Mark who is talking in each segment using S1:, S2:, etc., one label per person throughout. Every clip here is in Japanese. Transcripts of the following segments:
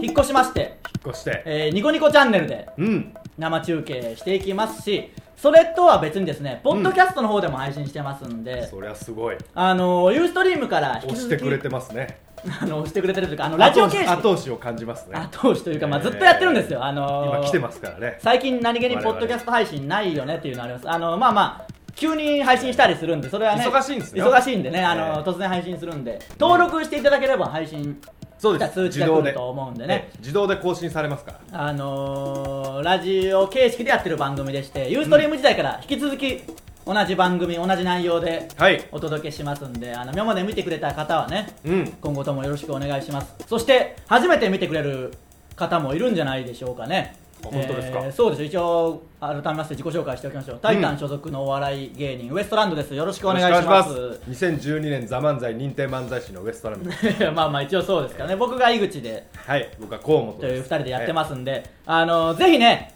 S1: 越しまして、
S2: 引っ越して
S1: えーニコニコチャンネルで
S2: うん
S1: 生中継していきますしそれとは別にですねポッドキャストの方でも配信してますんで、
S2: そりゃすごい
S1: あのユーストリームから引き
S2: 押し
S1: 続き
S2: てくれてますね
S1: あの押してくれてるというかあのラジオ形式
S2: 後押しを感じますね
S1: 後押しというか、まあ、ずっとやってるんですよ、あの
S2: 今来てますからね
S1: 最近何気に
S2: 我
S1: ポ
S2: 々
S1: ッドキャスト配信ないよねっていうのありますあのまあまあ急に配信したりするんでそれはね
S2: 忙しいんですよ
S1: 忙しいんでねあの、
S2: ええ
S1: 突然配信するんで登録していただければ配信
S2: そうです
S1: 通知
S2: 自
S1: が
S2: 動
S1: 来
S2: で
S1: ると思うんでね
S2: ええ自動で更新されますから
S1: あのーラジオ形式でやってる番組でしてユーストリーム時代から引き続き同じ番組同じ内容で
S2: はい
S1: お届けしますんであの今まで見てくれた方はね
S2: うん
S1: 今後ともよろしくお願いしますそして初めて見てくれる方もいるんじゃないでしょうかね
S2: あ本当ですか
S1: えーそうです一応改めまして自己紹介しておきましょうタイタン所属のお笑い芸人、ウエストランドですよろしくお願いします
S2: よろしくお願いします2012年「ザ漫才認定漫才師のウエスト ランド
S1: まあまあ一応そうですからね僕が井口で
S2: はい僕は河本
S1: という
S2: で
S1: 2
S2: す
S1: 人でやって
S2: す
S1: ますんで、あのぜひね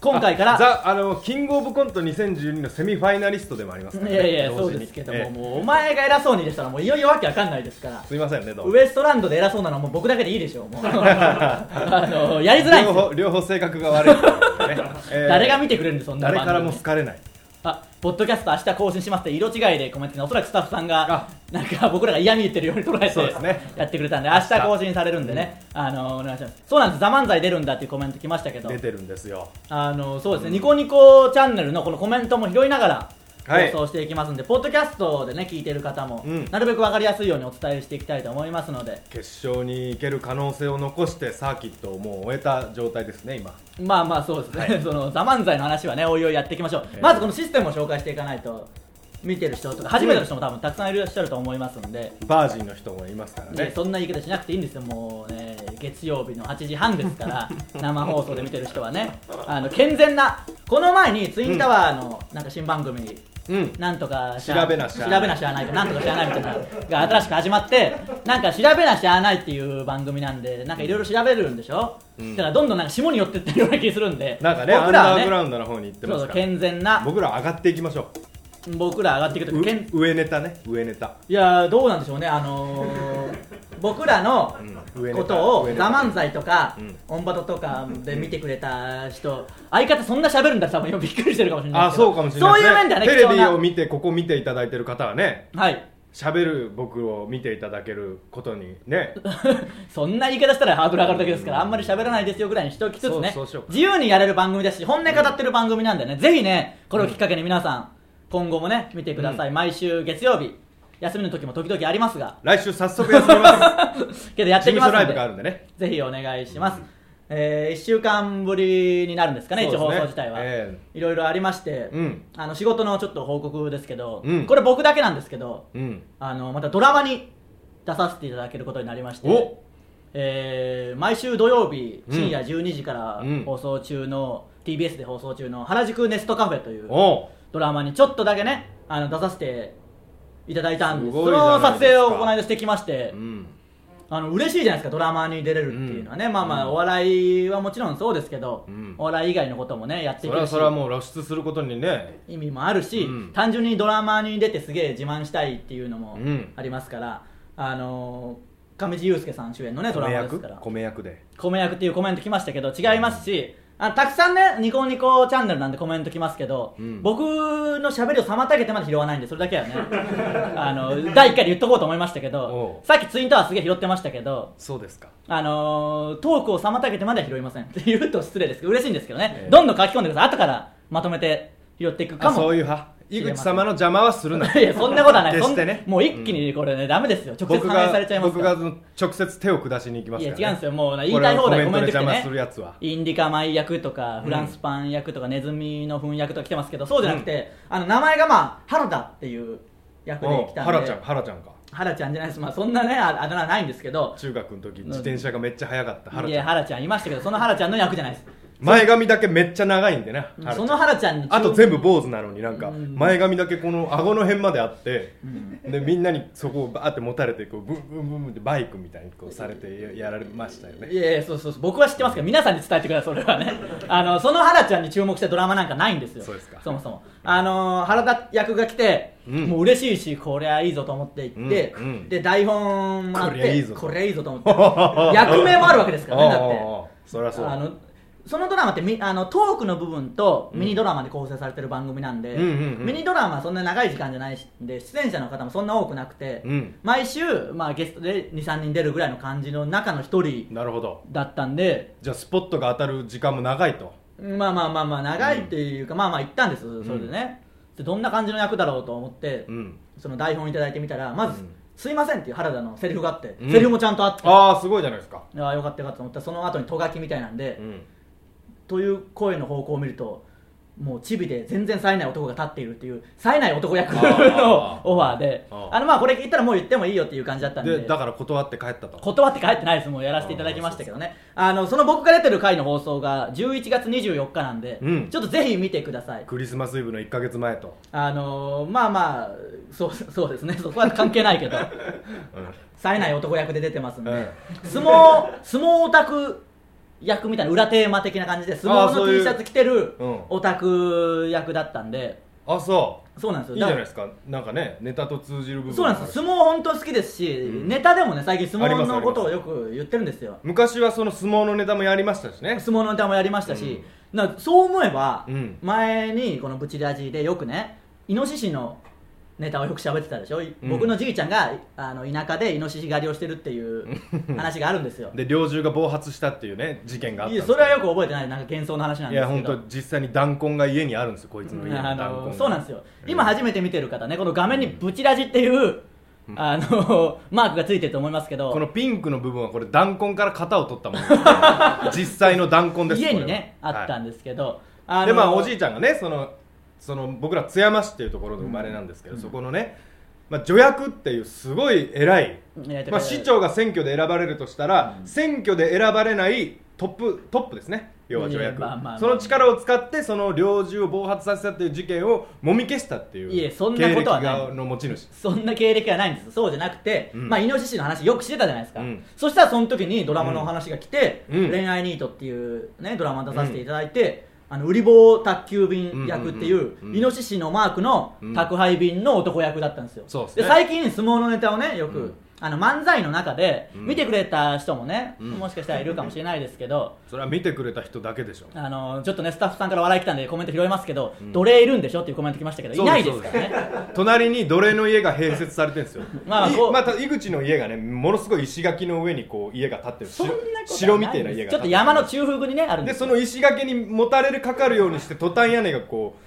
S1: 今回から
S2: ザあのキングオブコント2012のセミファイナリストでもありますから
S1: い
S2: ね
S1: やいやそ
S2: 同
S1: う
S2: 時に
S1: ですけども、
S2: ええ
S1: もうお前が偉そうにでしたらもういよいよわけわかんないですから
S2: すいませんねどうも
S1: ウエストランドで偉そうなのはもう僕だけでいいでしょう もうあのやりづらいんです
S2: 両
S1: よ
S2: 方両方性格が悪いってこ とでね、ええ
S1: 誰が見てくれるんでそんな
S2: 誰
S1: 番組
S2: からも好かれない
S1: あポッドキャスト明日更新しますって色違いでコメントにおそらくスタッフさんが
S2: あ
S1: なんか僕らが嫌み言ってるように捉え
S2: そうですね
S1: てやってくれたんで明日更新されるんでね、あのお願いしますそうなんです「ザ漫才出るんだっていうコメント来ましたけど
S2: 出てるんですよ
S1: あのそうですね、ニコニコチャンネルのこのコメントも拾いながら
S2: はい
S1: 放送していきますんで、ポッドキャストでね聞いてる方も、
S2: うん
S1: なるべく分かりやすいようにお伝えしていきたいと思いますので
S2: 決勝に行ける可能性を残してサーキットをもう終えた状態ですね今
S1: まあまあそうですね、 その「ザ漫才の話はねおいおいやっていきましょう、
S2: ええ
S1: まずこのシステムを紹介していかないと見てる人とか初めての人も多分たくさんいらっしゃると思いますんで、
S2: バージンの人もいますから
S1: ね
S2: ね
S1: そんな言い方しなくていいんですよもうね月曜日の8時半ですから 生放送で見てる人はねあの健全なこの前にツインタワーのなんか新番組
S2: うん
S1: なんとかし
S2: 調べなしゃあ
S1: 調べなしゃあないとなんとかしゃあないみたいなのが新しく始まってなんか調べなしゃあないっていう番組なんでなんかいろいろ調べるんでしょ、
S2: うん
S1: だからどんどんなんか下に寄ってってるような気するんで
S2: なんかねア
S1: 僕
S2: ン
S1: ら
S2: ダ
S1: は
S2: ー
S1: ね
S2: グラウンドの方に行っ
S1: そ
S2: て
S1: う
S2: ま
S1: そ
S2: す
S1: う
S2: から
S1: 健全な
S2: 僕ら上がっていきましょ
S1: 僕ら上がっていく
S2: う
S1: とけん
S2: う上ネタね上ネタ
S1: いやーどうなんでしょうねあのー僕らの
S2: うん上ネタ
S1: ことを「
S2: 上ネ
S1: ザ
S2: タ
S1: 漫才とか
S2: うん
S1: 「オンバト」とかで見てくれた人相方そんな喋るんだって多分今びっくりしてるかもしれない
S2: あ
S1: ですけど
S2: そうかもしれない
S1: そういう面ではね
S2: テレ
S1: 貴
S2: ビを
S1: 重
S2: 見てここ見ていただいてる方はね
S1: なはい
S2: 喋る僕を見ていただけることにね
S1: そんな言い方したらハードル上がるだけですからあんまり喋らないですよぐらいにしておきつつね
S2: そうそうしようか
S1: 自由にやれる番組だし本音語ってる番組なんでねぜひねこれをきっかけに皆さん今後もね見てください毎週月曜日休みの時も時々ありますが
S2: 来週早速休みま
S1: け どやっ
S2: す
S1: て
S2: 事
S1: いき
S2: 務
S1: ますん
S2: 所
S1: で
S2: ライブがあるんでね
S1: ぜひお願いします、え1週間ぶりになるんですかね
S2: そ
S1: 一
S2: うです
S1: 応放
S2: ね
S1: 送自体は、
S2: え
S1: いろいろありまして、
S2: うん
S1: あの仕事のちょっと報告ですけど、
S2: うん
S1: これ僕だけなんですけど
S2: うん
S1: あのまたドラマに出させていただけることになりまして
S2: お
S1: えー毎週土曜日深夜12時から
S2: うん
S1: 放送中の、TBS で放送中の「原宿ネストカフェ」という
S2: おう
S1: ドラマにちょっとだけねあの出させていただいたんです
S2: すご
S1: そ
S2: いじゃ
S1: の
S2: ないですか
S1: 撮影をこの間してきまして、
S2: うん
S1: あの嬉しいじゃないですかドラマに出れるっていうのはね、まあまあお笑いはもちろんそうですけど、
S2: うん
S1: お笑い以外のこともねやっていけ
S2: それ
S1: る
S2: は
S1: し
S2: それはもう露出することにね
S1: 意味もあるし、
S2: うん
S1: 単純にドラマに出てすげえ自慢したいっていうのも
S2: うん
S1: ありますから、あのー上地雄介さん主演のねドラ
S2: 米
S1: マです
S2: 役
S1: から
S2: 米役で
S1: 米役っていうコメント来ましたけど違いますしあたくさんねニコニコチャンネルなんでコメント来ますけど、
S2: うん
S1: 僕の喋りを妨げてまで拾わないんでそれだけ はねあの第1回で言っとこうと思いましたけど
S2: おう
S1: さっきツインタワーすげえ拾ってましたけど
S2: そうですか
S1: あのートークを妨げてまでは拾いませんって言うと失礼ですけど嬉しいんですけどね、
S2: ええ
S1: どんどん書き込んでください後からまとめて拾っていくか
S2: あ
S1: も
S2: そういう派井口様の邪魔はするな
S1: いやそんなことはない
S2: 決
S1: そ
S2: し
S1: ん
S2: てね
S1: もう一気にこれね、ダメですよ直接
S2: 僕
S1: 反映
S2: が
S1: されちゃいます
S2: 僕
S1: か
S2: が
S1: ら
S2: 直接手を下しに行きますから、ね、
S1: いや違うんですよもう言いたい放題
S2: これをコメ
S1: コメン
S2: ントで
S1: ト来てね
S2: 邪魔するやつは
S1: インディカ米役とか
S2: ん
S1: フランスパン役とかネズミの糞役とか来てますけどそうじゃなくて、あの名前がまあ原田っていう役で来たんで
S2: ハラちゃんハラちゃんか
S1: 原ちゃんじゃないですまあそんなねああだ名ないんですけど
S2: 中学の時自転車がめっちゃ速かったハラ
S1: い
S2: ち
S1: や
S2: ゃん
S1: 原ちゃんいましたけどその原ちゃんの役じゃないです
S2: 前髪だけめっちゃ長いんでね
S1: うん
S2: はるちゃ
S1: そ
S2: ん
S1: のハラちゃんに
S2: あと全部坊主なのになんか
S1: うん
S2: 前髪だけこの顎の辺まであって
S1: ん
S2: でみんなにそこをバーって持たれてこうブンブンブンブンってバイクみたいにこうされてややられましたよ
S1: い
S2: ね
S1: やいやそうそうそう僕は知ってますけど皆さんに伝えてくださいそれ はねあのその原ちゃんに注目したドラマなんかないんですよ
S2: そうですか
S1: もそもあのー原田役が来て、
S2: うん
S1: もう嬉しいしこりゃいいぞと思って行って、
S2: うんうん
S1: で台本もあっ
S2: こりゃい
S1: て
S2: いぞと
S1: こりゃいいぞと思って 役名もあるわけですから ねだって
S2: てそりゃそう
S1: あのそのドラマってみあのトークの部分とミニドラマで構成されてる番組なんで、
S2: うんうんうん
S1: ミニドラマはそんな長い時間じゃないしで出演者の方もそんな多くなくて、
S2: うん
S1: 毎週、まあ、ゲストで23人出るぐらいの感じの中の1人
S2: なるほど
S1: だったんで
S2: じゃあスポットが当たる時間も長いと
S1: まあまあまあまあ長いっていうか、まあまあ行ったんですそれでね、でどんな感じの役だろうと思って、
S2: うん
S1: その台本いただいてみたらまず、
S2: うん
S1: すいません」っていう原田のセリフがあって、
S2: うん
S1: セリフもちゃんとあってあ
S2: ああすごいじゃないですか
S1: あよかったよかったと思ったらその後にとがきみたいなんで、
S2: うん
S1: という声の方向を見るともうチビで全然冴えない男が立っているっていう冴えない男役の
S2: あー
S1: オファーで
S2: あ
S1: あ
S2: ー
S1: のまあこれ聞いたらもう言ってもいいよっていう感じだったんで
S2: でだから断って帰ったと
S1: 断って帰ってないですもうやらせていただきましたけどねあのその僕が出てる回の放送が11月24日なんで、
S2: うん
S1: ちょっとぜひ見てください
S2: クリスマスイブの1か月前と、
S1: あのまあまあそうそうですねそこは関係ないけど 冴えない男役で出てますんで、
S2: うん
S1: 相撲相撲オタク役みたいな裏テーマ的な感じで相撲
S2: あー
S1: の
S2: そういう
S1: T シャツ着てる
S2: うん
S1: オタク役だったんで
S2: あそ
S1: そうなんです
S2: う
S1: よ
S2: いいじゃない
S1: だ
S2: ですかなんかねネタと通じる部分
S1: そうなん
S2: もあ
S1: です
S2: るし
S1: 相撲本当好きですし、
S2: うん
S1: ネタでもね最近相
S2: ありま
S1: 撲
S2: すあ
S1: の
S2: りま
S1: こ
S2: す
S1: とをよく言ってるんですよ
S2: 昔はその相撲のネタもやりましたしね
S1: 相撲のネタもやりましたし、なそう思えば、
S2: うん
S1: 前にこの「ブチラジ」でよくねイノシシのネタをよく喋ってたでしょ、い
S2: うん
S1: 僕のじいちゃんがあの田舎でイノシシ狩りをしてるっていう話があるんです よ
S2: で猟銃が暴発したっていうね事件があった
S1: い
S2: んで
S1: や
S2: すけ
S1: そ
S2: ど
S1: れはよく覚えてないなんか幻想の話なん
S2: い
S1: です
S2: や
S1: け
S2: 本
S1: ど
S2: 当実際に弾痕が家にあるんですよこいつの家に
S1: あ
S2: 弾
S1: の
S2: 痕
S1: そうなんですよ今
S2: うん
S1: 初めて見てる方ねこの画面に「ブチラジ」っていう、あのマークがついてると思いますけど
S2: このピンクの部分はこれ弾痕から型を取ったも のです実際の弾痕です
S1: 家にねあったん
S2: で、
S1: ですけど、
S2: はい
S1: あ
S2: でまあおじいちゃんがねそのその僕ら津山市っていうところの生まれなんですけど、
S1: うん
S2: そこのね、まあ、助役っていうすごい偉い
S1: えーと
S2: まあ、市長が選挙で選ばれるとしたら、
S1: うん
S2: 選挙で選ばれないトップトップですね要は条
S1: いや
S2: 約、
S1: まあまあまあ
S2: その力を使ってその猟銃を暴発させたっていう事件をもみ消したっていう
S1: いやそんなことはない
S2: 経歴がの持ち主
S1: そんな経歴はないんですそうじゃなくて、
S2: うん
S1: まあイノシシの話よくしてたじゃないですか、
S2: うん
S1: そしたらその時にドラマのお話が来て「
S2: うん
S1: 恋愛ニート」っていうねドラマに出させていただいて、あの売り棒宅急便役っていう
S2: うんうんうんうん
S1: イノシシのマークの宅配便の男役だったんですよ、
S2: そうですね
S1: 最近相撲のネタをねよく、
S2: うん
S1: あの漫才の中で
S2: うん
S1: 見てくれた人もね、
S2: うん
S1: もしかしたらいるかもしれないですけど、
S2: それは見てくれた人だけでしょ
S1: あのちょっとねスタッフさんから笑い来たんでコメント拾いますけど、
S2: うん
S1: 奴隷いるんでしょっていうコメント来ましたけどいないですからね
S2: 隣に奴隷の家が併設されてるんですよ
S1: まあ
S2: い
S1: こう
S2: また井口の家がねものすごい石垣の上にこう家が建ってる
S1: そんなことはないんです
S2: 城みたいな家
S1: ちょ
S2: が建
S1: ってと
S2: る
S1: 山の中腹にねあるんで
S2: で
S1: す
S2: そ
S1: よ
S2: の石垣にもたれるかかるようにしてトタン屋根がこう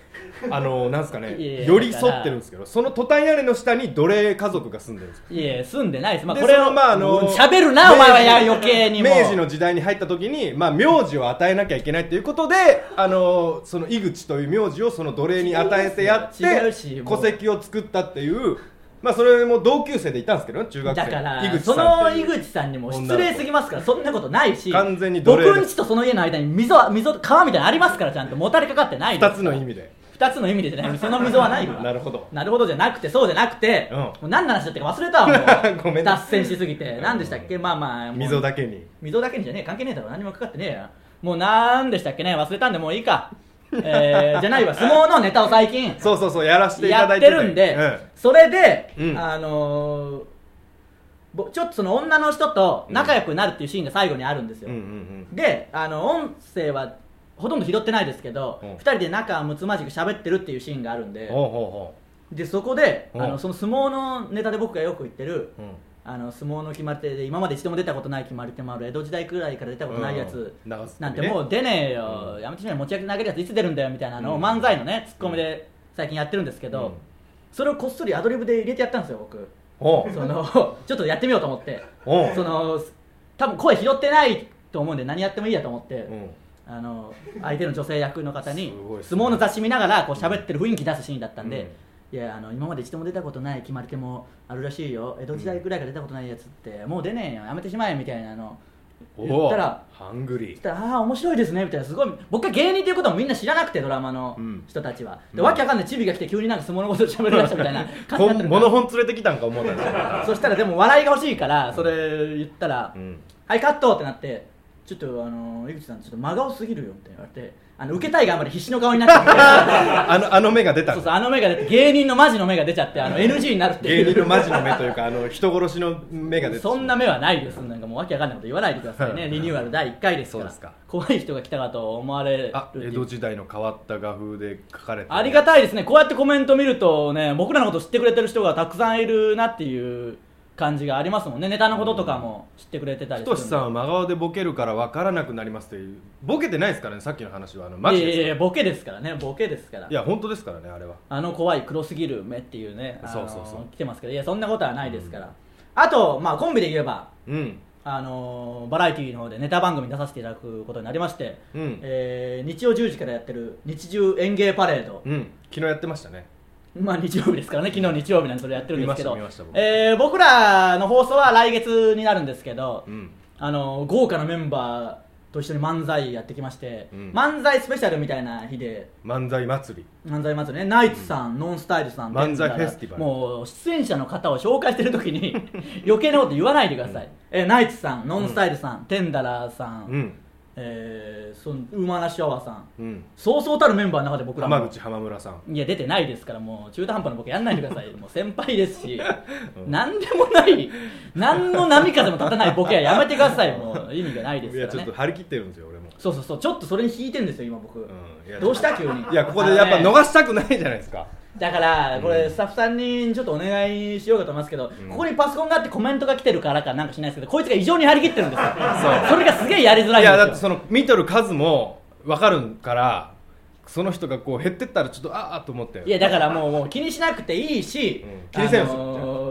S2: あのなんですか
S1: いやい
S2: ね
S1: や
S2: 寄り添ってるんですけどそのトタン屋根の下に奴隷家族が住んでるんですよ
S1: いや住んでないです、まあ、
S2: で
S1: これ
S2: そ
S1: を
S2: のまああの
S1: うん喋るなお前はや余計にも
S2: 明治の時代に入った時に、まあ、名字を与えなきゃいけないということであのその井口という名字をその奴隷に与えてやっ
S1: 違う
S2: て
S1: しもう
S2: 戸籍を作ったっていう、まあ、それも同級生でいたんですけどね中学生
S1: だから
S2: 井口さ
S1: そ
S2: んっ
S1: の
S2: てい
S1: 井
S2: う
S1: 口さんにも失礼すぎますからそんなことないし
S2: 完全に奴
S1: 僕
S2: 隷です
S1: んちとその家の間に溝溝川みたいなのありますからちゃんともたれかかってないで
S2: 2
S1: す
S2: つの意味で
S1: 二つの意味でじゃないその溝はないから
S2: なるほど
S1: なるほどじゃなくてそうじゃなくて、
S2: うん
S1: もう何の話だったか忘れたわもう
S2: ごめんな
S1: 脱線しすぎて何でしたっけまあまあもう
S2: 溝だけに
S1: 溝だけにじゃねえ関係ねえだろ何もかかってねえやもう何でしたっけね忘れたんでもういいか、え ー、じゃないわ相撲のネタを最近
S2: そうそうそうやらせてい
S1: や
S2: ただ
S1: っ
S2: いて
S1: て
S2: て
S1: るんで、
S2: うん
S1: それで、
S2: うん
S1: あのーぼちょっとその女の人と仲良くなるっていうシーンが最後にあるんですよ、
S2: うんうん
S1: であの音声はほとんど拾ってないですけど、
S2: う
S1: 二
S2: ん
S1: 2人で仲睦まじく喋ってるっていうシーンがあるん
S2: うん
S1: で、
S2: ほうほ
S1: でそこで、
S2: うん
S1: あのその相撲のネタで僕がよく言ってる
S2: うほう、うん
S1: あの相撲の決まり手で今まで一度も出たことない決まり手もある江戸時代くらいから出たことないやつ、
S2: うん長崎ね
S1: なんてもう出ねえよ、やめてしまえ持ち上げるやついつ出るんだよみたいなのを
S2: うん
S1: 漫才のねツッコミで最近やってるんですけど、
S2: うん
S1: それをこっそりアドリブで入れてやったんですよ僕
S2: ほう
S1: そのちょっとやってみようと思って
S2: うん
S1: その多分声拾ってないと思うんで何やってもいいやと思って、
S2: うん
S1: あの相手の女性役の方に
S2: すごいっす
S1: 相
S2: ね
S1: 撲の雑誌見ながらこう喋ってる雰囲気出すシーンだったんで、いやあの今まで一度も出たことない決まり手もあるらしいよ江戸時代ぐらいから出たことないやつってもう出ねえよやめてしまえみたいなの言ったら
S2: おおハングリ
S1: そし
S2: ー
S1: たらああ面白いですねみたいなすごい僕が芸人ということもみんな知らなくてドラマの
S2: うん
S1: 人たちは、
S2: うん
S1: でわけわかんないチビが来て急になんか相撲のこと喋りだしたみたいな感じになって
S2: 本
S1: る
S2: 物本連れてきたんか思ったんですよ、
S1: そしたらでも笑いが欲しいからそれ言ったら「
S2: うん
S1: はいカット!」ってなって「ちょっとあの井口さんちょっと真顔すぎるよ」って言われてあの受けたいがあまり必死の顔になってて
S2: あのあの目が 出たん
S1: そう
S2: だ
S1: そうあの目が出て芸人のマジの目が出ちゃってあの NG になるっていう
S2: 芸人のマジの目というかあの人殺しの目が出て
S1: そんな目はないですなんかもうわけわかんないこと言わないでくださいねリニューアル第1回ですから
S2: そうですか
S1: 怖い人が来たかと思われる
S2: あ
S1: っていう
S2: 江戸時代の変わった画風で書かれてる
S1: ありがたいですねこうやってコメント見るとね僕らのこと知ってくれてる人がたくさんいるなっていう感じがありますもんねネタのこととかも知ってくれてたりす
S2: ひ
S1: る
S2: と
S1: んで
S2: しさんは真顔でボケるから分からなくなりますというボケてないですからねさっきの話はあのマジ
S1: い
S2: で
S1: や
S2: す
S1: い
S2: か
S1: やい
S2: ら
S1: やボケですからねボケですから
S2: いや本当ですからねあれは
S1: あの怖い黒すぎる目っていうね、あの
S2: そうそうそう
S1: 来てますけどいやそんなことはないですから、あと、まあ、コンビで言えば
S2: うん
S1: あのーバラエティーの方でネタ番組に出させていただくことになりまして、
S2: うん
S1: えー日曜10時からやってる日中演芸パレード、
S2: うん昨日やってましたね
S1: まあ日曜日ですからね昨日日曜日なんでそれやってるんですけど
S2: 見ました見ました僕
S1: えー僕らの放送は来月になるんですけど、
S2: うん
S1: あの豪華なメンバーと一緒に漫才やってきまして、
S2: うん
S1: 漫才スペシャルみたいな日で
S2: 漫才祭り
S1: 漫才祭りねナイツさん、ノンスタイルさん
S2: 漫才フェスティバル
S1: もう出演者の方を紹介してる時 に余計なこと言わないでください、えーナイツさんノンスタイルさん、テンダラーさん、
S2: うん
S1: えーそのウーマナシュアワーさん
S2: うん
S1: そうそうたるメンバーの中で僕らも
S2: 浜口浜村さん
S1: いや出てないですからもう中途半端な僕やんないでくださ いもう先輩ですし、
S2: うん
S1: 何でもない何の波風も立たないボケはやめてくださいもう意味がないです
S2: いや
S1: か
S2: ちょ
S1: ら
S2: っ
S1: ね
S2: と張り切ってるんですよ俺も
S1: そうそうそうちょっとそれに引いてるんですよ今僕、
S2: うんいや
S1: どうした急に
S2: いやここでやっぱ
S1: あのね
S2: 逃したくないじゃないですか
S1: だからこれ
S2: うん
S1: スタッフさんにちょっとお願いしようかと思いますけど、
S2: ん
S1: ここにパソコンがあってコメントが来てるからかなんかしないですけどこいつが異常に張り切ってるんですよ
S2: そう
S1: それがすげえやりづら
S2: いや
S1: い
S2: だ
S1: ん
S2: って
S1: です
S2: そ
S1: よ
S2: の見とる数も分かるからその人がこう減ってったらちょっとああと思って
S1: いやだからもうもう気にしなくていいし、
S2: うん気にせんよ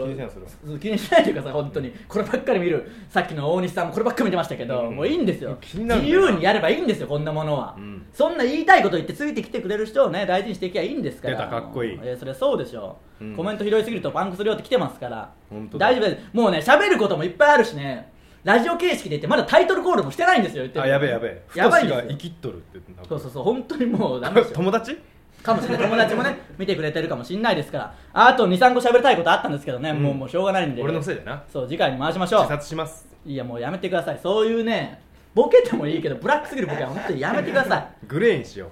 S1: ー
S2: 気にせんよそれは
S1: そう気にしないというかさ本当にこればっかり見るさっきの大西さんもこればっかり見てましたけど、
S2: ん
S1: もういいんですよ
S2: 気になるね
S1: 自由にやればいいんですよこんなものは、
S2: うん
S1: そんな言いたいこと言ってついてきてくれる人をね大事にしていけばいいんですから
S2: 出たかっこいい
S1: やそれはそうでしょう、
S2: うん
S1: コメント拾いすぎるとパンクするよって来てますから
S2: 本当だ
S1: 大丈夫ですもうね喋ることもいっぱいあるしねラジオ形式で言ってまだタイトルコールもしてないんですよ言ってる
S2: あやべえやべえ
S1: やばいん
S2: 太
S1: です
S2: が
S1: よ
S2: 生きっとるってなんか
S1: そうそうそう本当にもうダメですよ
S2: 友達
S1: かもしれない友達もね見てくれてるかもしれないですからあと23個喋りたいことあったんですけどね、
S2: うん
S1: もうもうしょうがないんで
S2: 俺のせいだな
S1: そう次回に回しましょ
S2: 自殺します
S1: ういやもうやめてくださいそういうねボケてもいいけどブラックすぎるボケは本当にやめてくださ
S2: グレーにしよ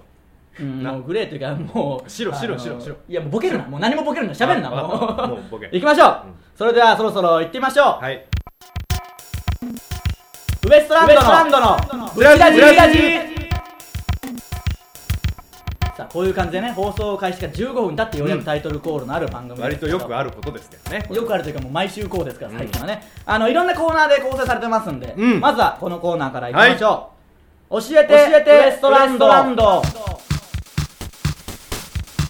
S1: い、うん、
S2: な
S1: もうグレーというかもう
S2: 白白
S1: あの
S2: 白白
S1: いやもうボケるなもう何もボケるな喋るな
S2: あ
S1: も
S2: わかった
S1: う
S2: もうボケ
S1: 行きましょう、
S2: うん
S1: それではそろそろ行ってみましょう、
S2: うはい
S1: ウエストランドのブラジ
S2: ブラジ
S1: ブラジさあこういう感じでね放送開始から15分経ってようやくタイトルコールのある番組
S2: 割とよく
S1: あ
S2: あることですけどね
S1: よくあるというかもう毎週こうですから最近はね、あのいろんなコーナーで構成されてますんで、
S2: うん
S1: まずはこのコーナーからいきましょう、教えてウエストランド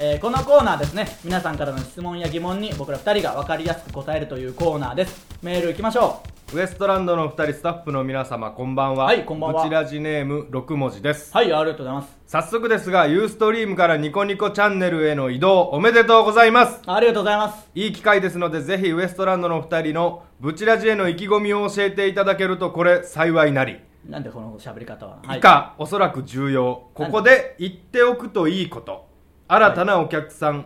S1: えーこのコーナーですね皆さんからの質問や疑問に僕ら2人が分かりやすく答えるというコーナーですメールいきましょ
S2: ウエストランドのお二人スタッフの皆様こんばんは
S1: はいこんばんは
S2: ブチラジネーム6文字です
S1: うはいありがとうございます
S2: 早速ですがユーストリームからニコニコチャンネルへの移動おめでとうございます
S1: ありがとうございます
S2: いい機会ですのでぜひウエストランドのお二人のブチラジへの意気込みを教えていただけるとこれ幸いなり
S1: なんでこの喋り方は、
S2: 以下、おそらく重要ここで言っておくといいこと新たなお客さん、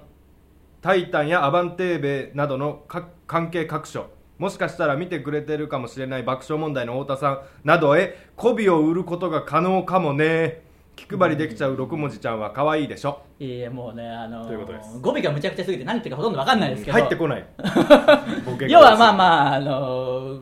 S2: タイタンやアバンテーベなどの各関係各所もしかしたら見てくれてるかもしれない爆笑問題の太田さんなどへ媚びを売ることが可能かもね気配りできちゃう六文字ちゃんは可愛いでしょ
S1: いいえもうねあのー
S2: ということです
S1: 語尾がむちゃくちゃすぎて何言ってるかほとんど分かんないですけど、
S2: 入ってこない ボケが
S1: 要はまあまああのー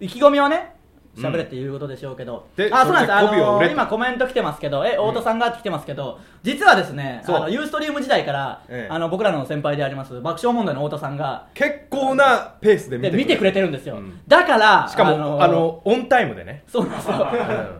S1: 意気込みをね喋れっていうことでしょうけど、
S2: うんで
S1: あそうなんです、あ
S2: それで媚びを
S1: の
S2: 売れ
S1: ー
S2: と
S1: 今コメント来てますけどえ太田さんがって来てますけど、実はですねあ
S2: そう
S1: のユーストリーム時代から、
S2: ええ
S1: あの僕らの先輩であります爆笑問題の太田さんが
S2: 結構なペースで見
S1: で
S2: て
S1: 見てくれてるんですよ、
S2: うん
S1: だから
S2: しかも、
S1: あのー
S2: あのオンタイムでね
S1: そうなんですよ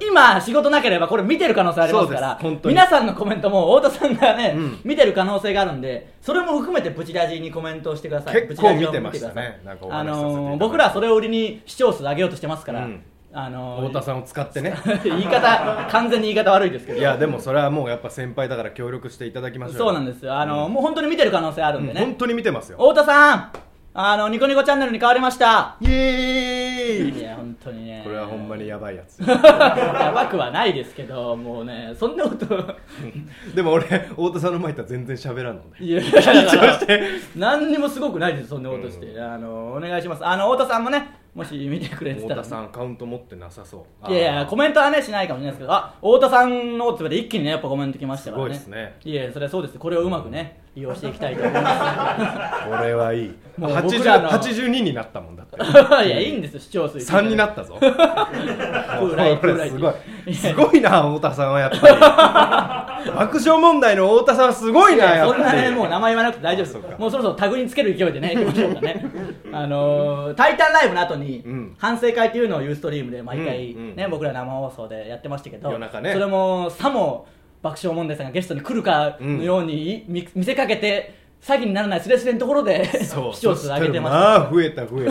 S1: 今仕事なければこれ見てる可能性ありますか
S2: そう
S1: ら
S2: です本当に
S1: 皆さんのコメントも太田さんがね、
S2: うん
S1: 見てる可能性があるんでそれも含めてブチラジにコメントをしてください
S2: 結
S1: ブチ
S2: 構
S1: ラジを
S2: 見てましたね
S1: 見てください
S2: なんかお
S1: あ
S2: 話しさせていただいて
S1: のー僕らはそれを売りに視聴数上げようとしてますから、
S2: うん
S1: あのー
S2: 太田さんを使ってね
S1: 言い方完全に言い方悪いですけど
S2: いやでもそれはもうやっぱ先輩だから協力していただきましょうよ
S1: そうなんですよあのー、もう本当に見てる可能性あるんでね、
S2: 本当に見てますよ
S1: 太田さんあのニコニコチャンネルに変わりました
S2: イエー
S1: い
S2: イ
S1: や本当にね
S2: これはほんまにやばいやつ
S1: やばくはないですけどもうねそんなこと
S2: でも俺太田さんの前行ったら全然喋らんのね
S1: いやだから
S2: して
S1: 何にもすごくないですそんなことして、あのお願いしますあの太田さんもねもし見てくれてた
S2: 太
S1: ら
S2: 田さんアカウント持ってなさそう
S1: い
S2: い
S1: やいやコメントはねしないかもしれないですけどあ太田さんのつぶで一気にねやっぱコメント来ましたからね
S2: すごいですね
S1: いやいやそれはそうですこれをうまくね利用していきたいと思い ま
S2: これはいい
S1: もう僕ら
S2: 80
S1: の
S2: 82になったもんだって
S1: すいやいいんですよ視聴数
S2: 3になっ たぞこれ
S1: プーライ
S2: すごい
S1: いや
S2: すごいな太田さんはやっぱ り爆笑問題の太田さんはすごい
S1: い
S2: な
S1: や
S2: やっ
S1: そんな
S2: ぱ
S1: ね
S2: り
S1: もう名前言わなくて大丈夫
S2: あそう
S1: で
S2: か
S1: すもうそろそろタグにつける勢いでねいきましょうかねあのー「タイタンライブ」の後に、
S2: うん
S1: 反省会っていうのをユーストリームで毎回、ね
S2: うんうん
S1: 僕ら生放送でやってましたけど
S2: 夜中ね
S1: それもさも爆笑問題さんがゲストに来るかのように、み見せかけて詐欺にならないスレスレのところで
S2: そう
S1: 視聴数上げてました
S2: そしたらまあ増えた増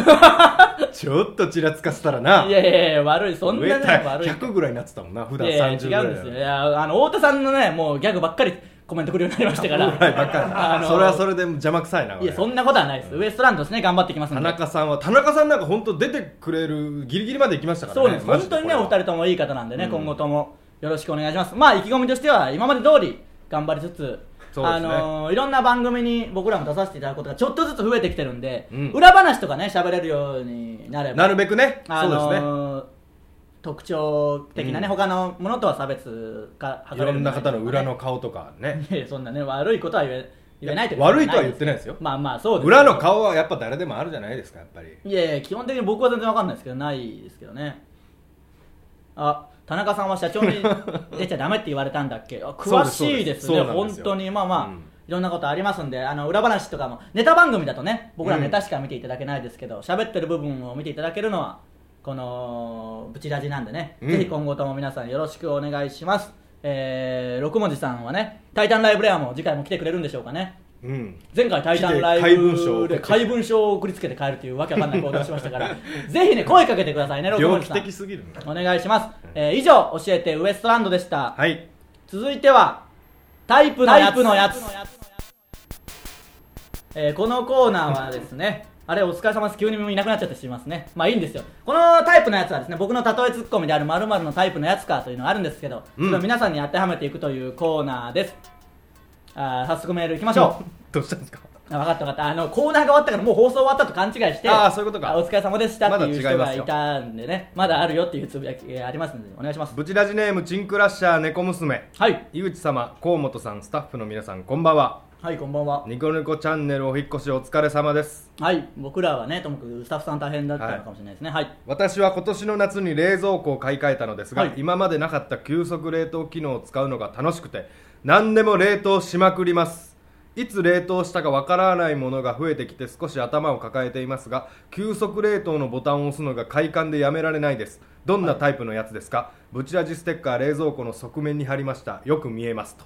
S2: えた ちょっとちらつかせたらない
S1: やいやいや悪いそん
S2: 増
S1: な
S2: え
S1: ね
S2: た
S1: 悪い
S2: 100ぐらいになってたもんな普段
S1: いやいや
S2: 30ぐらい
S1: 違うんですよいやあの太田さんのねもうギャグばっかりコメントくるようになりました から
S2: ぐらいばっかりだ
S1: あのー
S2: それはそれで邪魔くさいない
S1: いやそんなことはないです、ウエストランドですね頑張っていきますん
S2: 田
S1: で
S2: 中さんは田中さんなんか本当出てくれるギリギリまで行きましたからね
S1: そうです
S2: マジ
S1: 本当にね
S2: こ
S1: お
S2: れ
S1: 二
S2: は
S1: 人ともいい方なんでね、
S2: うん
S1: 今後ともよろしくお願いしますまあ意気込みとしては今まで通り頑張りつつ
S2: そうで
S1: あ
S2: すね
S1: のーいろんな番組に僕らも出させていただくことがちょっとずつ増えてきてるんで、
S2: うん
S1: 裏話とかね喋れるようになれば
S2: なるべくね
S1: あ
S2: そう
S1: の
S2: ですね
S1: ー特徴的なね、
S2: うん
S1: 他のものとは差別が
S2: い
S1: 図れ
S2: ろ
S1: る
S2: んな方の裏の
S1: ね
S2: 顔とかね
S1: いやいやそんなね悪いことは言え言えないとう
S2: いや悪いとは言ってないですよ
S1: まあまあそうですけど
S2: 裏の顔はやっぱ誰でもあるじゃないですかやっぱり
S1: いやいや基本的に僕は全然わかんないですけどないですけどねあ田中さんは社長 に出ちゃダメって言われたんだっけあ詳しいですね
S2: そうですそうで
S1: 本
S2: す
S1: 当にまあまあ、
S2: うん
S1: いろんなことありますんであの裏話とかもネタ番組だとね僕らネタしか見ていただけないですけど喋、ってる部分を見ていただけるのはこのブチラジなんでね、
S2: うん
S1: ぜひ今後とも皆さんよろしくお願いしますえー、六文字さんはね「タイタンライブレア」も次回も来てくれるんでしょうかね
S2: うん
S1: 前回「タイタンライブ」で怪文書を送りつけて帰るというわけわかんない行動をしましたから ぜひね声かけてくださいね六
S2: 猟
S1: 本木
S2: 奇
S1: さん
S2: 的すぎるな
S1: お願いします、えー以上教えてウエストランドでした、
S2: はい
S1: 続いてはタイプのやつえーこのコーナーはですねあれお疲れ様です急にもういなくなっちゃってしまいますねまあいいんですよこのタイプのやつはですね僕の例えツッコミである〇〇のタイプのやつかというのがあるんですけど、
S2: うん
S1: それを皆さんに当てはめていくというコーナーですあー早速メールいきましょう
S2: どうしたんですか
S1: あ分かった分かったあのコーナーが終わったからもう放送終わったと勘違いして
S2: あーそういうことか
S1: あお疲れ様でしたっていう
S2: まだ違
S1: 人
S2: いま
S1: が
S2: すよ
S1: いたんでねまだあるよっていうつぶやきがありますのでお願いします
S2: ブチラジネームチンクラッシャー猫娘
S1: はい
S2: 井口様河本さんスタッフの皆さんこんばんは
S1: はいこんばんは
S2: ニコニコチャンネルお引っ越しお疲れ様です
S1: はい僕らはねともかくスタッフさん大変だったのかもしれないですねはい、
S2: 私は今年の夏に冷蔵庫を買い替えたのですが、
S1: はい
S2: 今までなかった急速冷凍機能を使うのが楽しくて何でも冷凍しまくりますいつ冷凍したかわからないものが増えてきて少し頭を抱えていますが急速冷凍のボタンを押すのが快感でやめられないですどんなタイプのやつですか、ブチラジステッカー冷蔵庫の側面に貼りましたよく見えますと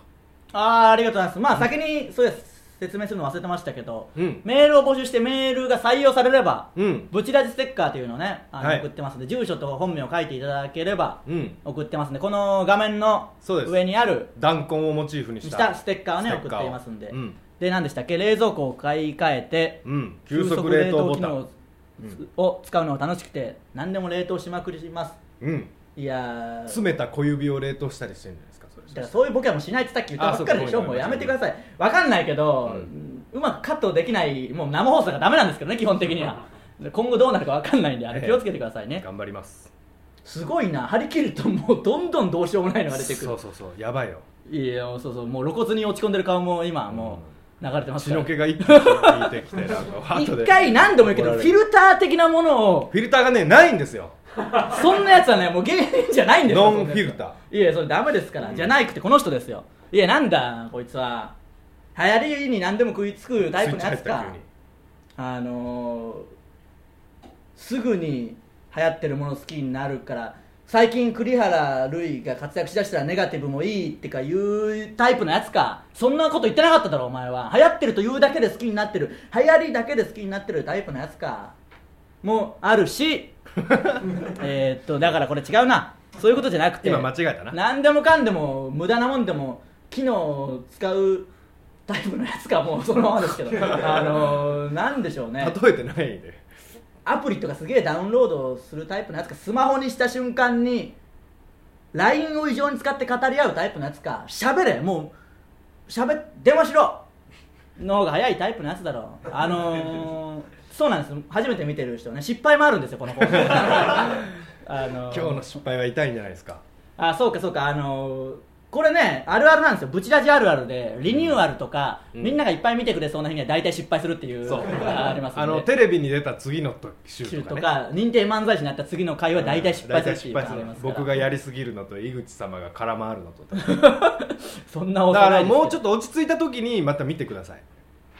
S1: あーありがとうございますまあ先にそうです説明するの忘れてましたけど、
S2: うん
S1: メールを募集してメールが採用されれば、
S2: うん
S1: ブチラジステッカーというのをねあの、
S2: はい
S1: 送ってますんで住所と本名を書いていただければ
S2: うん
S1: 送ってますんでこの画面の
S2: そうです
S1: 上にある
S2: 弾痕をモチーフにし
S1: したたステッカーをね
S2: ス
S1: 送
S2: テッ
S1: っ
S2: カーを
S1: ていますんで、
S2: うん
S1: で何でしたっけ冷蔵庫を買い替えて、
S2: うん急速冷凍ボタン
S1: をを使うのが楽しくて何でも冷凍しまくります
S2: うん
S1: いやー
S2: 詰めた小指を冷凍したりしてるんじゃないですかそれ
S1: だからそういうボケはもうしないってさっき言ったばっかりでし
S2: あ
S1: ょ
S2: そうか
S1: もうやめてくださいわかんないけど、
S2: う
S1: うまくカットできないもう生放送がダメなんですけどね基本的には今後どうなるかわかんないんであれ
S2: ええ
S1: 気をつけてくださいね
S2: 頑張ります
S1: すごいな張り切るともうどんどんどうしようもないのが出てく
S2: そうそうそうやばいよ
S1: るいやそうそうもう露骨に落ち込んでる顔も今もう流れてます
S2: 血
S1: から
S2: の気が一気に効いてきてなんかハートで
S1: 一回何度も言うけど
S2: 怒
S1: フ
S2: られ
S1: ィ
S2: る
S1: ルター的なものを
S2: フィルターがねないんですよ
S1: そんなやつはねもう芸人じゃないんですよ
S2: ノンフィルタ
S1: ーいやそれダメですから、じゃないくてこの人ですよいやなんだこいつは流行りに何でも食いつくタイプのやつ
S2: スイッチ入
S1: か
S2: った急に
S1: あのー、すぐに流行ってるもの好きになるから最近栗原類が活躍しだしたらネガティブもいいってかいうタイプのやつかそんなこと言ってなかっただろお前は流行ってるというだけで好きになってる流行りだけで好きになってるタイプのやつかもあるし えーっとだからこれ違うなそういうことじゃなくて
S2: 今間違えたな
S1: 何でもかんでも無駄なもんでも機能を使うタイプのやつかもうそのままです けどあのなんでしょうね
S2: 例えてないで
S1: アプリとかすげえダウンロードするタイプのやつかスマホにした瞬間に LINE を異常に使って語り合うタイプのやつか喋れもう喋っ電話しろの方が早いタイプのやつだろうあのーそうなんです初めて見てる人はね失敗もあるんですよこ の本あの
S2: 今
S1: ー
S2: 日の失敗は痛いんじゃないですか
S1: あそうかそうかあのーこれねあるあるなんですよブチラジあるあるでリニューアルとか、
S2: うん
S1: みんながいっぱい見てくれそうな日には大体失敗するっていう
S2: そう
S1: ありますよね
S2: あのテレビに出た次の週
S1: 週と
S2: とかね
S1: か認定漫才師になった次の回は大体失敗するっていうの
S2: 大
S1: が
S2: 体失敗す
S1: あ
S2: る
S1: りますから
S2: 僕がやりすぎるのと井口様が空回るのと
S1: そんな
S2: だからもうちょ
S1: っ
S2: っと落ち着いた時にまた見てください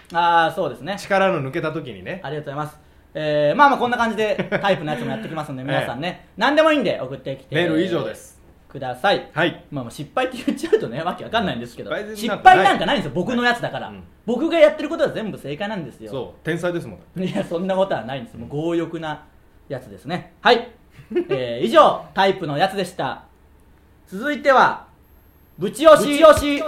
S1: とああそうですね
S2: 力の抜けた時にね
S1: ありがとうございますえー、まあまあこんな感じでタイプのやつもやってきますので
S2: ええ
S1: 皆さんね、何でもいいんで送ってきて
S2: メール以上です
S1: ください
S2: はい
S1: まあ、まあ失敗って言っちゃうとねわけわかんないんですけど
S2: 失敗で
S1: 失
S2: なんかない
S1: 敗なんかないんですよ僕のやつだから、
S2: はいうん
S1: 僕がやってることは全部正解なんですよ
S2: そう天才ですも ん
S1: いやそんなことはないんですもう強欲なやつですねはい、え ー以上タイプのやつでした続いてはぶち押しよし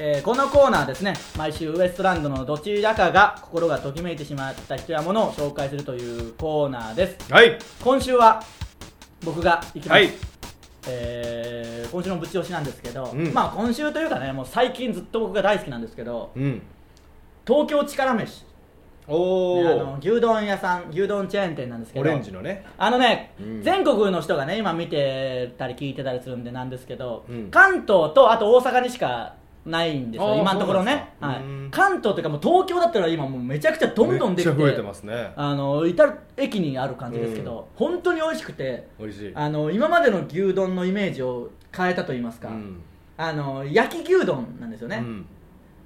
S1: えーこのコーナーですね毎週ウエストランドのどちらかが心がときめいてしまった人やものを紹介するというコーナーです
S2: はい
S1: 今週は僕が行きます、
S2: はい
S1: えー今週のぶち押しなんですけど、
S2: うん
S1: まあ今週というかねもう最近ずっと僕が大好きなんですけど
S2: うん
S1: 東京力飯
S2: お
S1: ねあ
S2: お
S1: の牛丼屋さん牛丼チェーン店なんですけ
S2: オ
S1: ど
S2: レンジのね
S1: あのね、
S2: うん
S1: 全国の人がね今見てたり聞いてたりするんでなんですけど、
S2: うん
S1: 関東とあと大阪にしかないんです
S2: あ
S1: よ
S2: ー
S1: 今のところね、
S2: そう
S1: は
S2: なんですかうん
S1: い、関東というかもう東京だったら今もうめちゃくちゃどんどんでき
S2: め
S1: て
S2: っちゃ増えてますね
S1: あの至る駅にある感じですけど、本当に美味しくて
S2: 美味しい
S1: あの今までの牛丼のイメージを変えたと言いますか、
S2: うん
S1: あの焼き牛丼なんですよね、
S2: うん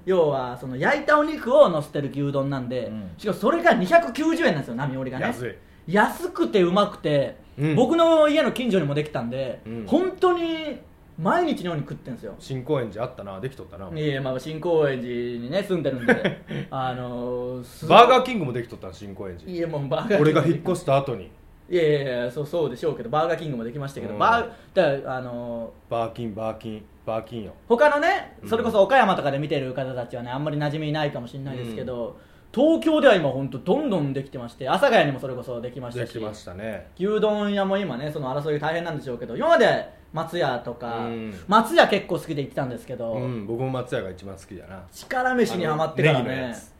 S1: 要はその焼いたお肉を乗せてる牛丼なんで、
S2: うん
S1: しかもそれが290円なんですよ並折がね
S2: 安い
S1: 安くてうまくて、
S2: うん
S1: 僕の家の近所にもできたんで、
S2: うん
S1: 本当に毎日のように食ってんですよ、
S2: 新高円寺あったなできとったなバ
S1: いえまあ新高円寺にね住んでるん であのー
S2: ーガ
S1: ー
S2: ーキングもできとったな新高円
S1: い
S2: 寺
S1: やもうバーガー
S2: 俺が引っ越した後に
S1: いやいやいやそうそうでしょうけどバーガーキングもできましたけど、
S2: うん
S1: バーだからあのー
S2: バーキンバーキンバーキンよ
S1: 他のね
S2: うん
S1: それこそ岡山とかで見てる方たちはねあんまり馴染みないかもしれないですけど、東京では今本当どんどんできてまして阿佐ヶ谷にもそれこそできまし
S2: で
S1: たし
S2: きましたね
S1: 牛丼屋も今ねその争いが大変なんでしょうけど今まで松屋とか、
S2: うん
S1: 松屋結構好きで行ってたんですけど、
S2: うん僕も松屋が一番好きだな
S1: 力飯にはまってから
S2: あのネギのや
S1: ね
S2: つ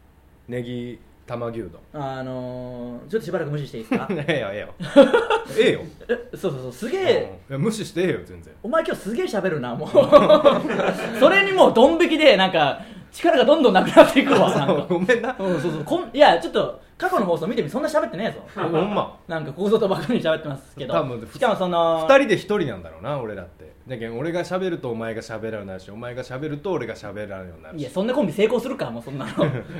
S2: ネギ玉牛丼
S1: あのーちょっとしばらく無視していいです か
S2: ええよええよええよ
S1: えそうそうそうすげえ、
S2: うんいや無視してええよ全然
S1: お前今日すげえ喋るなもう それにもうドン引きでなんか力がどんどんなくなっていくわなんか
S2: ごめんな
S1: うん、そうそうこんいやちょっと過去の放送見てみそんな喋ってねえ
S2: ほ
S1: ぞ
S2: んま
S1: なんかここぞとばかりに喋ってますけど
S2: 多分
S1: しかもその
S2: 二人で一人なんだろうな俺だってだけど俺が喋るとお前が喋らないしお前が喋ると俺が喋らないようになる
S1: いや
S2: し
S1: そんなコンビ成功するかもうそんな の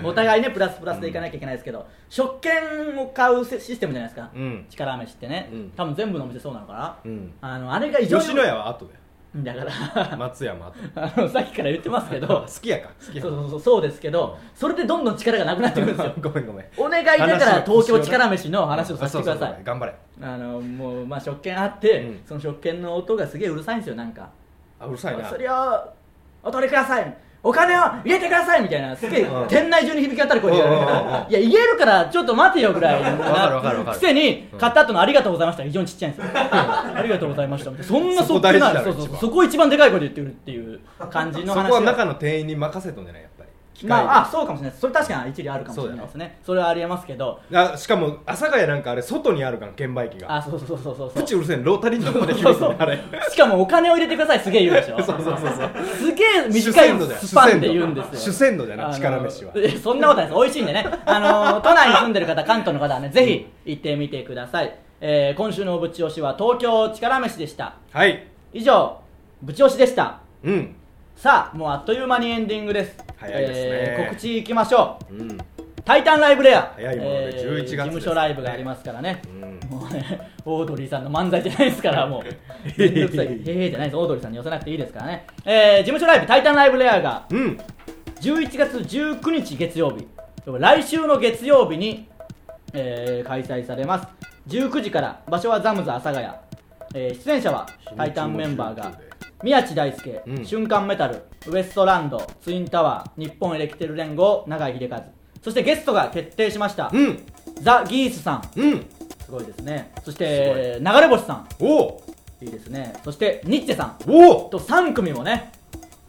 S1: お互いねプラスプラスでいかなきゃいけないですけど、食券を買うシステムじゃないですか、
S2: うん
S1: 力飯ってね、
S2: うん
S1: 多分全部のお店そうなのかな、
S2: うん
S1: あのあれが異常に
S2: 吉野家は後
S1: だから
S2: で松山後
S1: あのさっきから言ってますけ ど
S2: 好きやか好き
S1: そう
S2: や
S1: そ
S2: か
S1: うそうそうですけどそれでどんどん力がなくなってくるんですよ
S2: ごめんごめん
S1: お願いだから東京力飯の話をさせてくだ
S2: そう
S1: さ
S2: そうそ
S1: いう
S2: 頑張れ
S1: あのもうまあ食券あって、
S2: うん
S1: その食券の音がすげえうるさいんですよなんか
S2: あうるさいな
S1: それをお取りくださいお金を入れてくださいみたいなすげえ
S2: うん
S1: 店内中に響き渡る声で言われるか
S2: うんうんうん
S1: ら
S2: うん
S1: いや言えるからちょっと待てよぐらい
S2: かるわかるわかる
S1: くせに
S2: うん
S1: 買った後のありがとうございましたが非常にちっちゃいんですよありがとうございましたみたいなそんな
S2: そこ
S1: そっくり
S2: 大事だ
S1: な
S2: ろ
S1: そうそう
S2: 一番
S1: そこを一番でかい声で言ってくるっていう感じの
S2: そ
S1: 話
S2: こは
S1: を
S2: 中の店員に任せとんじゃないやっぱり機械
S1: ま
S2: に
S1: ああそうかもしれないそれ確かに一理あるかもしれないですねそれはありえますけど
S2: あしかも阿佐ヶ谷なんかあれ外にあるから券売機が
S1: あそうそうそうそうそう
S2: プチうるせえのロータリーのとこまで響いて
S1: そ
S2: る
S1: うそう
S2: あれ
S1: しかもお金を入れてくださいすげえ言うでしょ
S2: そう そうそうそう
S1: すげえ短いスパンで言うんです
S2: 主
S1: よ
S2: 戦度じゃ
S1: あ
S2: な
S1: の
S2: い力飯は
S1: えそんなことないです美味しいんでねあ の都内に住んでる方関東の方はねぜひ行ってみてください、えー今週のぶち押しは東京力飯でした
S2: はい
S1: 以上ぶち押しでした
S2: うん
S1: さあもうあっという間にエンディングです
S2: 早いですね
S1: えー告知いきましょう
S2: うん
S1: 「タイタンライブレア」
S2: 早いもので11月です
S1: 事務所ライブがありますからね
S2: うん
S1: もうね、オードリーさんの漫才じゃないですから、もう、めんどくさい、えーじゃないです、オードリーさんに寄せなくていいですからね、えー、事務所ライブ、タイタンライブレアが
S2: うん
S1: 11月19日月曜日、来週の月曜日に、えー開催されます、19時から、場所はザムズ阿佐ヶ谷、えー出演者は
S2: 初日も
S1: タイタンメンバーが
S2: 19で
S1: 宮地大輔、
S2: うん
S1: 瞬間メタルウエストランドツインタワー日本エレキテル連合永井秀和そしてゲストが決定しました、
S2: うん
S1: ザ・ギースさん
S2: うん
S1: すごいですねそして流れ星さん
S2: おお
S1: いいですねそしてニッチェさん
S2: おお
S1: と3組もね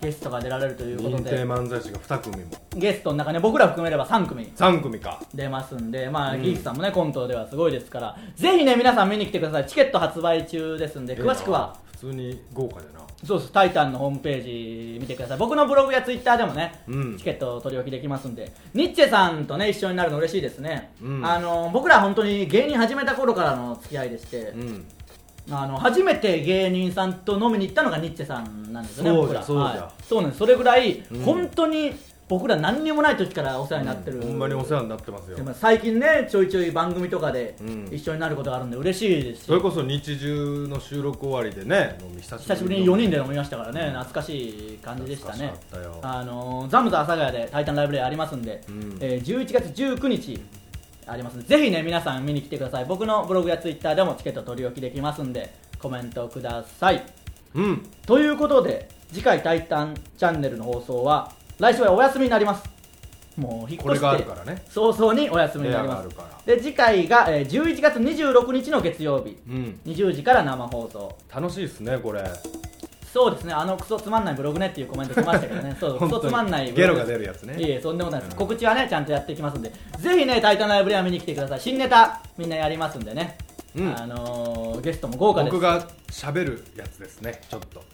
S1: ゲストが出られるということ
S2: 認定
S1: で
S2: 漫才師が2組も
S1: ゲストの中ね僕ら含めれば3組
S2: 3組か
S1: 出ますんで、まあ、
S2: うん
S1: ギースさんもね、コントではすごいですから、ぜひね、皆さん見に来てください。チケット発売中ですんで、詳しくは、
S2: ええな普通に豪華でな
S1: そうです、タイタンのホームページ見てください。僕のブログやツイッターでもね、
S2: うん
S1: チケット取り置きできますんで、ニッチェさんとね、一緒になるの嬉しいですね。
S2: うん
S1: あの、僕ら本当に芸人始めた頃からの付き合いでして、
S2: うん
S1: あの初めて芸人さんと飲みに行ったのがニッチェさんなんですよね、
S2: そうだ
S1: 僕ら
S2: そうだ
S1: はいそうなんですそれぐらい、
S2: うん
S1: 本当に僕ら何にもない時からお世話になってる、
S2: ほんまにお世話になってますよ
S1: でも最近ねちょいちょい番組とかで
S2: うん
S1: 一緒になることがあるんで嬉しいですし、
S2: それこそ日中の収録終わりでね飲み久しぶ
S1: 久
S2: り
S1: しぶりに4人で飲みましたからね懐かしい感じでしたね
S2: 懐かしかったよ
S1: あのーザムと阿佐ヶ谷で「タイタンライブレー」ありますんで、
S2: うん
S1: えー11月19日ありますんでぜひね皆さん見に来てください僕のブログやツイッターでもチケット取り置きできますんでコメントください
S2: うん
S1: ということで次回「タイタンチャンネル」の放送は来週はお休みになりますもう引っ
S2: こ
S1: 越
S2: れがある
S1: して
S2: からね
S1: 早々にお休み
S2: 部
S1: にな
S2: 屋
S1: り
S2: が
S1: ま
S2: あ
S1: す
S2: るから
S1: で次回が、えー11月26日の月曜日
S2: うん
S1: 20時から生放送
S2: 楽しいですねこれ
S1: そうですねあのクソつまんないブログねっていうコメント来ましたけどね そうク
S2: 本当
S1: ソ
S2: に
S1: つまんないブ
S2: ゲ
S1: ロ
S2: ロ
S1: グ
S2: が出るやつね
S1: いえいえそんなことないです、
S2: うん
S1: 告知はねちゃんとやっていきますんでぜひね「タイタンライブ」レア見に来てください新ネタみんなやりますんでね、
S2: うん
S1: あのーゲストも豪華です
S2: 僕が喋るやつですねちょっと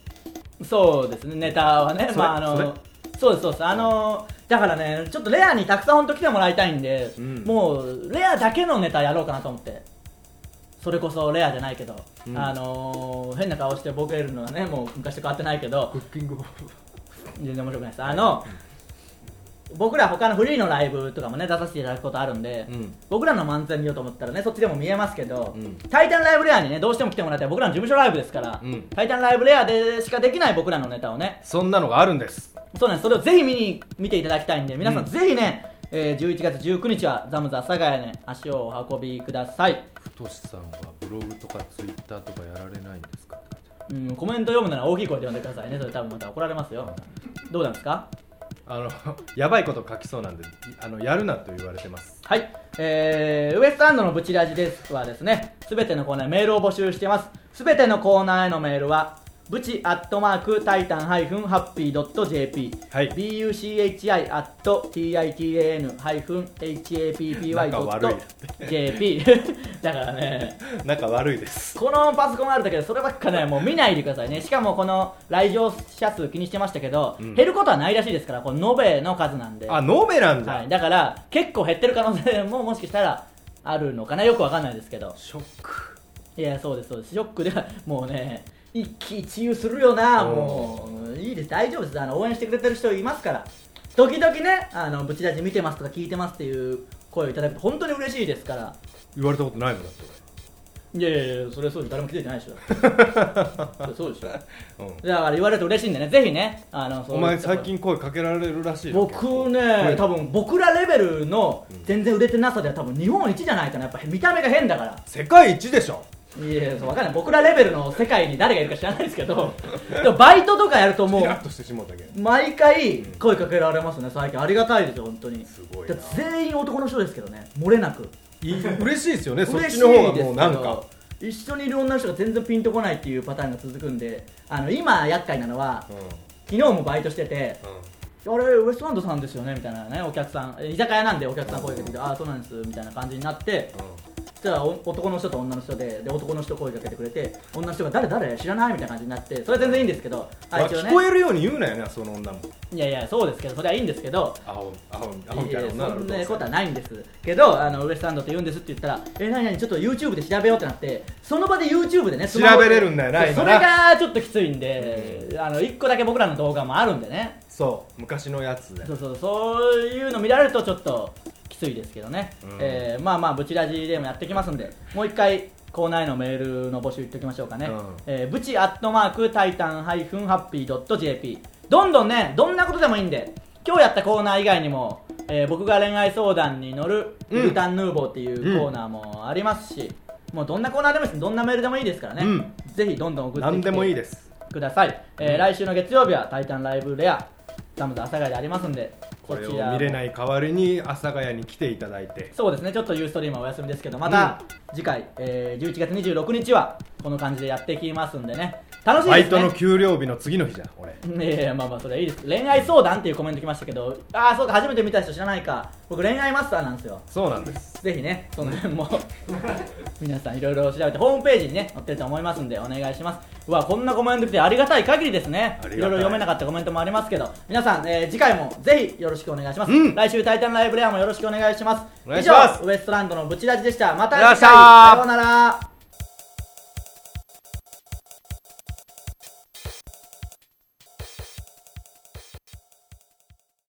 S1: そうですねネタはね
S2: それ
S1: まああ
S2: それ
S1: のそうですそうですあのーだからねちょっとレアにたくさん本当来てもらいたいんで、
S2: うん
S1: もうレアだけのネタやろうかなと思ってそれこそレアじゃないけど、
S2: うん
S1: あのー変な顔してボケるのはねもう昔と変わってないけど
S2: クッキング
S1: 全然面白くないですあの僕ら他のフリーのライブとかもね出させていただくことあるんで、
S2: うん
S1: 僕らの漫才見ようと思ったらねそっちでも見えますけど「
S2: うん
S1: タイタンライブレア」にねどうしても来てもらいたい僕らの事務所ライブですから「
S2: うん
S1: タイタンライブレア」でしかできない僕らのネタをね
S2: そんなのがあるんです
S1: そうなんですそれをぜひ見に見ていただきたいんで皆さん
S2: うん
S1: ぜひね、えー11月19日はザムザ阿佐ヶ谷に足をお運びください、
S2: 太さんはブログとかツイッターとかやられないんですか
S1: うん、コメント読むなら大きい声で読んでくださいねそれ多分また怒られますよどうなんですか
S2: あの やばいこと書きそうなんであのやるなと言われてます
S1: はい、えー、ウエストランドのブチラジですはですね、すべてのコーナーにメールを募集しています。すべてのコーナーへのメールは、ブチアットマークタイタンハイフンハッピードット JP、
S2: はい
S1: BUCHI アット TITAN ハイフン HAPPY
S2: 仲
S1: ド
S2: 悪い
S1: ット JP。だ からね、
S2: 仲悪いです
S1: このパソコンあるだけでそればっかね、もう見ないでくださいね。しかもこの来場者数気にしてましたけど、
S2: うん
S1: 減ることはないらしいですから、この延べの数なんで。
S2: あノベなんだ、
S1: はい、だから結構減ってる可能性ももしかしたらあるのかなよくわかんないですけど
S2: ショック
S1: いやそうですそうですショックではもうね一喜一憂するよな
S2: うん
S1: もういいです大丈夫ですあの応援してくれてる人いますから時々ねあのブチラジ見てますとか聞いてますっていう声をいただくと本当に嬉しいですから
S2: 言われたことないもんだって
S1: いやいやいやそれはそうです誰も気づいてないで しょそれそうでしょだか
S2: 俺、うん
S1: ら言われると嬉しいんでねぜひねあのそう
S2: お
S1: いった
S2: 前最近声かけられるらしいよ
S1: 僕ね
S2: 結
S1: 多
S2: 構
S1: 分僕らレベルの全然売れてなさでは多分日本一じゃないかなやっぱ見た目が変だから
S2: 世界一でしょ
S1: いやいやそうわかんない僕らレベルの世界に誰がいるか知らないですけどでもバイトとかやるとも
S2: イラッ
S1: う
S2: としてしまったけん
S1: 毎回声かけられますね最近ありがたいですよ本当に
S2: すごいな
S1: だって全員男の人ですけどね漏れなく
S2: いい嬉しいですよねそっ
S1: 嬉し
S2: ち
S1: い
S2: の方
S1: で
S2: が
S1: す
S2: もう
S1: け
S2: なんか
S1: ど一緒にいる女の人が全然ピンとこないっていうパターンが続くんであの今厄介なのは
S2: うん
S1: 昨日もバイトしてて
S2: うん
S1: あれウエストランドさんですよねみたいなねお客さんえ居酒屋なんでお客さん声かけてああそうなんですみたいな感じになってそしたらお男の人と女の人でで男の人声かけてくれて女の人が誰誰知らないみたいな感じになってそれは全然いいんですけど
S2: ま
S1: あ
S2: あ
S1: 一応
S2: 聞こ
S1: ね
S2: えるように言うなよなその女も
S1: いやいやそうですけどそれはいいんですけど
S2: 青青
S1: い
S2: 青みた
S1: やい
S2: いな
S1: やそ
S2: 女
S1: ん
S2: ならどうする
S1: なことはないんですけどあのウエストランドって言うんですって言ったらえ何何ちょっと YouTube で調べようってなってその場で YouTube でねスマホで
S2: 調べれるんだよな
S1: そう
S2: 今
S1: そ
S2: な
S1: れがちょっときついんであの1個だけ僕らの動画もあるんでね
S2: そう昔のやつで
S1: そうそうそういうの見られるとちょっときついですけどね、
S2: うん
S1: えーまあまあブチラジでもやってきますんでもう一回コーナーへのメールの募集言っておきましょうかね、
S2: うん
S1: えーブチアットマークタイタンハイフンハッピードット JP どんどんねどんなことでもいいんで今日やったコーナー以外にも、えー僕が恋愛相談に乗る
S2: うん
S1: グルタンヌーボーっていう
S2: うん
S1: コーナーもありますし、もうどんなコーナーでもいいですどんなメールでもいいですからね、
S2: うん
S1: ぜひどんどん送ってきて
S2: 何でもいいです
S1: ください、えー
S2: うん
S1: 来週の月曜日は「タイタンライブレア」ダムズ阿佐ヶ谷でありますんで
S2: これを
S1: そちらも
S2: 見れない代わりに阿佐ヶ谷に来ていただいて
S1: そうですねちょっとユーストリームはお休みですけどまた次回、えー11月26日はこの感じでやっていきますんでね楽しい
S2: バ
S1: で
S2: イ
S1: す
S2: ト
S1: ね
S2: の給料日の次の日じゃん 俺
S1: いやいやまあまあそれはいいです恋愛相談っていうコメント来ましたけどああそうか初めて見た人知らないか僕恋愛マスターなんですよ
S2: そうなんです
S1: ぜひねその辺も 皆さんいろいろ調べてホームページにね載ってると思いますんでお願いしますうわこんなコメント来てありがたい限りですね
S2: ありがたい
S1: いろいろ読めなかったコメントもありますけど皆さん、えー次回もぜひよろしくお願いします、
S2: うん
S1: 来週「タイタンライブレア」もよろしくお願いします
S2: お願いします
S1: 以上ウエストランドのブチラジでしたまた
S2: よっ
S1: 次回
S2: しゃ
S1: さ
S2: ー
S1: ようなら